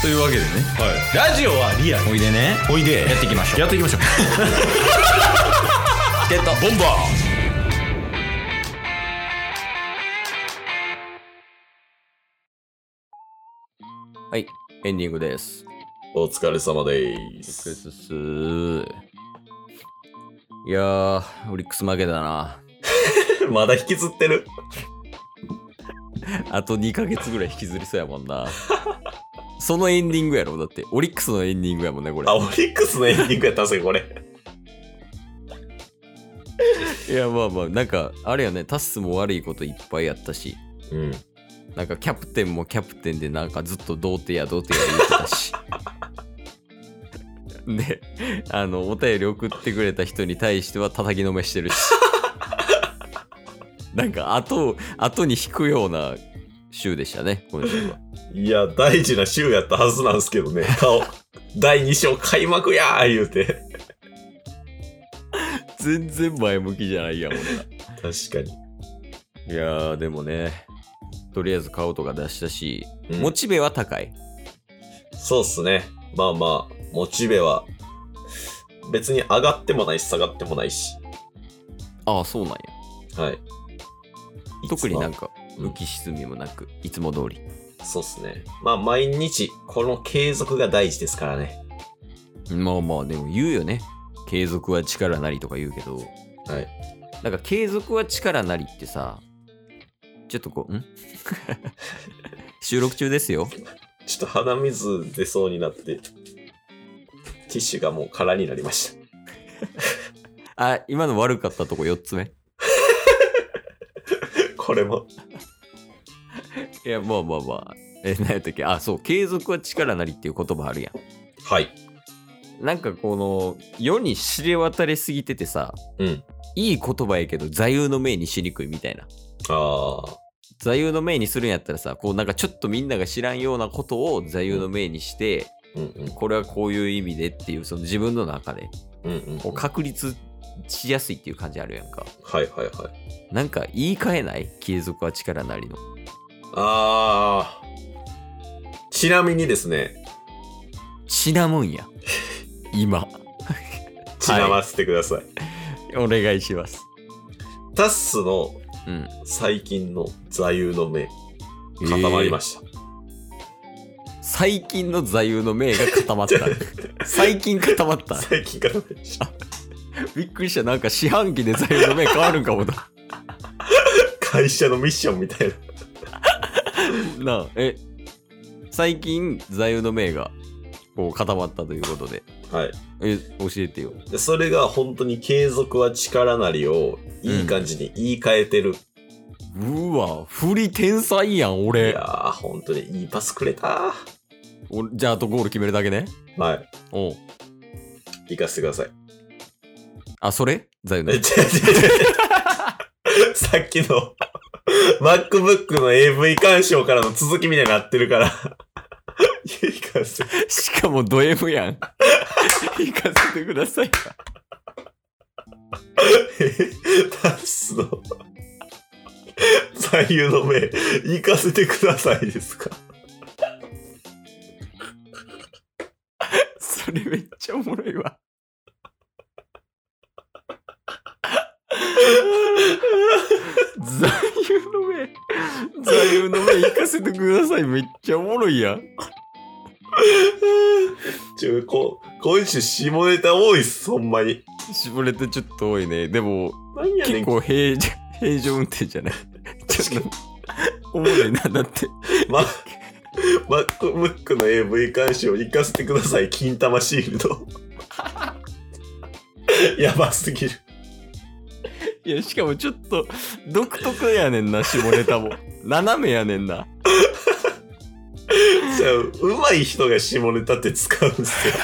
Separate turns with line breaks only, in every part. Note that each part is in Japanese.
というわけでね
はい、ラジオはリアル
おいでね
おいで
やっていきましょう
やっていきましょう
ゲット
ボンバ
はいエンディングです
ーお疲れ様でー
お疲れ
す
っすいやーオリックス負けだな
まだ引きずってる
あと2ヶ月ぐらい引きずりそうやもん なそのエンディングやろだってオリックスのエンディングやもんねこれ
あオリックスのエンディングやったんすよこれ
いやまあまあなんかあれやねタスも悪いこといっぱいやったし
うん
なんかキャプテンもキャプテンでなんかずっと童貞や童貞や言ってたし であのお便り送ってくれた人に対しては叩きのめしてるし なんか後後に引くような週でしたね今週はい
や大事な週やったはずなんですけどね顔第2章開幕やー言うて
全然前向きじゃないやん俺ら
確かに
いやーでもねとりあえず顔とか出したし、
うん
モチベは高い
そうっすね。まあまあ、モチベは、別に上がってもないし、下がってもないし。
ああそうなんや
はい。
特になん
か。
か
うん
浮き沈みもなく、いつも通り
そうっすね。まあ、毎日、この継続が大事ですからね。
まあまあでも言うよね継続は力なりとか言うけど
はい。
なんか継続は力なりってさちょっとこ うん収録中ですよ
ちょっと鼻水出そうになって、ティッシュがもう空になりました。
あ今の悪かったとこ4つ目
これも。
いやまあまあまあえ何やったっけあそう継続は力なりっていう言葉あるや
はい。
んなんかこの世に知れ渡れすぎててさ
うん。
いい言葉やけど座右の銘にしにくいみたいな
ああ。
座右の銘にするんやったらさこうなんかちょっとみんなが知らんようなことを座右の銘にして、
うんうん。
これはこういう意味でっていうその自分の中で
うんうん。
こう確立しやすいっていう感じあるやんか
はいはいはい。
なんか言い換えない継続は力なりの
ああ。ちなみにですね、
ちなむんや今
ちなませてください。
お願いします
タッスの
うん
最近の座右の銘固まりました、
えー最近の座右の銘が固まった 最近固ま った
最近固まりま した
びっくりしたなんか四半期で座右の銘変わるんかもだ
会社のミッションみたいな
なあえ最近座右の銘がこう固まったということで
はい
え教えてよ
でそれが本当に継続は力なりをいい感じに言い換えてる、
うわ振り天才やん
い
俺
やー本当にいいパスくれた
おじゃああとゴール決めるだけね
はい
おう
行かせてください
あそれ座右の
え違う違う違う さっきの MacBook の AV 鑑賞からの続きみたいになってるから行かせて
しかもド M やん 行かせてください
タッスの座右の銘行かせてくださいですか
それめっちゃおもろいわ座右の銘座右の銘行かせてくださいめっちゃおもろいやん
ちょこ今週下ネタ多いっすほんまに
絞れてちょっと多いねでも
なんやね
結
ん
構平常平常運転じゃないちょっとおもろいなだって
マ MacBook の AV 鑑賞行かせてください金玉シールド やばすぎる
いや、しかもちょっと独特やねんな、下ネタも。斜めやねんな。
じゃあ上手い人が下ネタって使うんですよ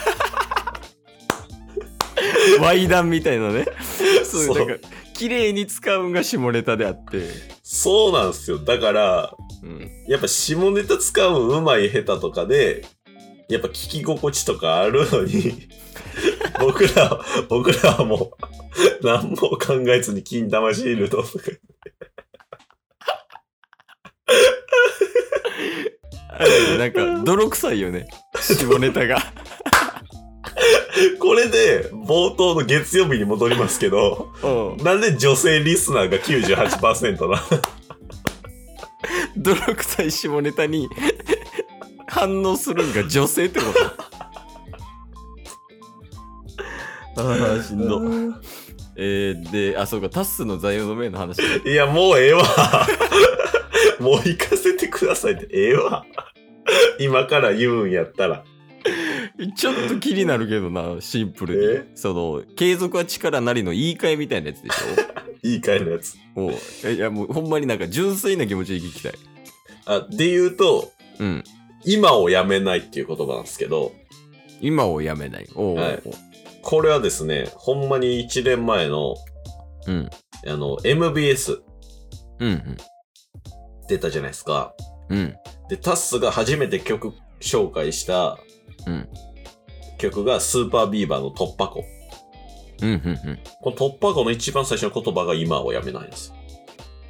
ワイダンみたいなね。そういう、
そう
なんか、綺麗に使うんが下ネタであって。
そうなんですよだから
うん。
やっぱ下ネタ使ううまい下手とかで、やっぱ聞き心地とかあるのに、 僕ら、僕らはもう、何も考えずに金玉シールドとか。
あれなんか、泥臭いよね。下ネタが。
これで冒頭の月曜日に戻りますけど、
うん
なんで女性リスナーが98%なの
泥臭い下ネタに 反応するんが女性ってこと ああしんどえー、であそうかタッスの座右の銘の話
いや、もうええわ。 もう行かせてくださいって、ええわ。今から言うんやったら。
ちょっと気になるけどなシンプルにその継続は力なりの言い換えみたいなやつでし
いい回のやつ。
ょもうえいやもうほんまになんか純粋な気持ちで聞きたい
あ、で言うと、
うん
今をやめないっていう言葉なんですけど、
今をやめないおうおうおう、
はいこれはですね、ほんまに1年前の、
うん
あの、MBS
うん
出たじゃないですか。
うんうん
で、タッスが初めて曲紹介した
うん
曲がスーパービーバーの突破子。
うんうんうん
この突破子の一番最初の言葉が今をやめないんです。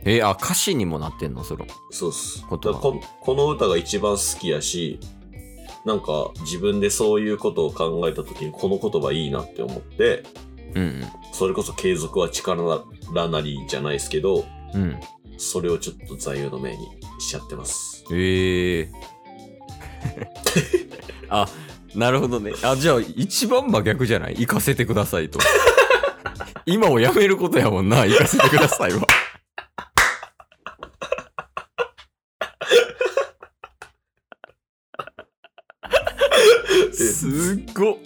えあ歌詞にもなってんのそれ
そうっす。
言葉
だからここの歌が一番好きやし、なんか自分でそういうことを考えた時にこの言葉いいなって思って、
うん
それこそ継続は力なりじゃないですけど、
うんうん
それをちょっと座右の銘にしちゃってます。
ええ あなるほどねあじゃあ一番真逆じゃない行かせてくださいと 今をやめることやもんな行かせてくだ さいはすっごっ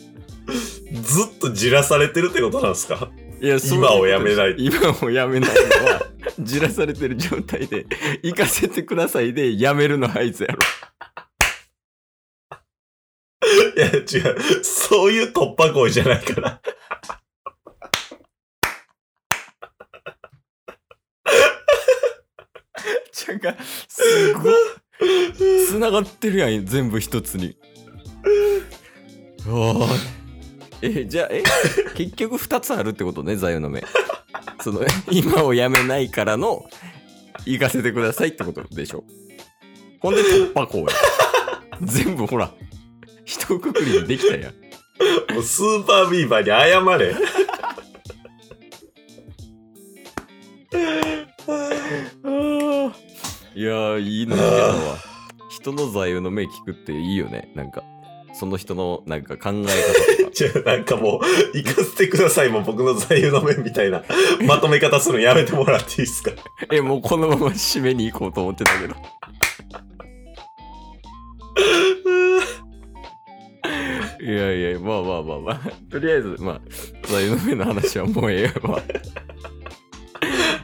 ずっとじらされてるってことなんですか
いやそうう
今をやめない
今をやめないのはじらされてる状態で行かせてくださいでやめるの合図やろ
いや、違う。そういう突破口じゃないから。
ちゃんがす ごい繋がってるやん全部一つにおーえじゃあえ結局2つあるってことね座右の銘その今をやめないからの行かせてくださいってことでしょほんで突破口や全部ほら一括りにできたやん
もうスーパービーバーに謝れ。
いやーいいの聞けたわ人の座右の銘聞くっていいよねなんかその人のなんか考え方とか
違う、なんかもう、行かせてくださいもう僕の座右の銘みたいな、まとめ方するのやめてもらっていいですか
えもうこのまま締めに行こうと思ってたけどいやいやまあまあまあまあとりあえずまあ座右の銘の話はもうええわ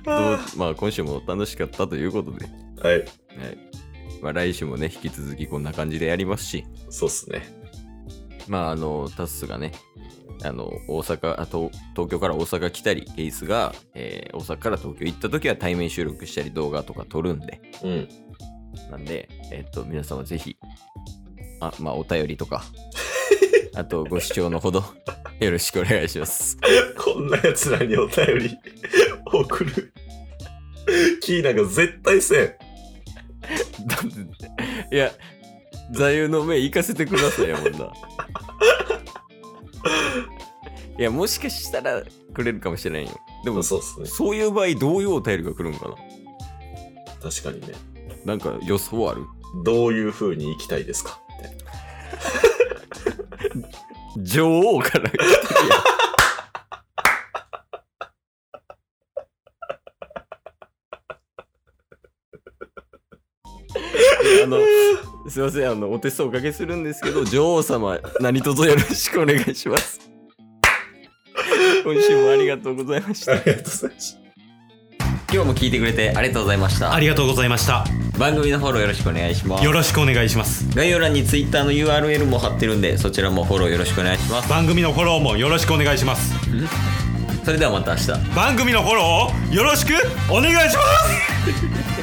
どうまあ今週も楽しかったということで、
はい、
まあ、来週もね引き続きこんな感じでやりますし
そうっすね。
まああのタスがねあの大阪あと東京から大阪来たりケイスが、えー大阪から東京行った時は対面収録したり動画とか撮るんで
うん。
なんで、えっと、皆様ぜひ、あ、まあ、お便りと か、あと、ご視聴のほど、よろしくお願いします。
こんな奴らにお便り 送る。キーなんか絶対せん。
だっていや、座右の銘行かせてくださいやもんな。いや、もしかしたらくれるかもしれんよ。でも、
そうっすね。
そういう場合、どういうお便りが来るんかな
確かにね。
なんか予想ある
どういう風に行きたいですか って
女王から来てるやんあのすいませんあのお手数おかけするんですけど女王様何卒よろしくお願いします今週もありがとうございまし
あ
た
りがとうございました。
今日も聞いてくれてありがとうございました
ありがとうございました。
番組のフォローよろしくお願いします
よろしくお願いします。
概要欄に Twitter の URL も貼ってるんでそちらもフォローよろしくお願いします
番組のフォローもよろしくお願いします。
それではまた明日
番組のフォローをよろしくお願いします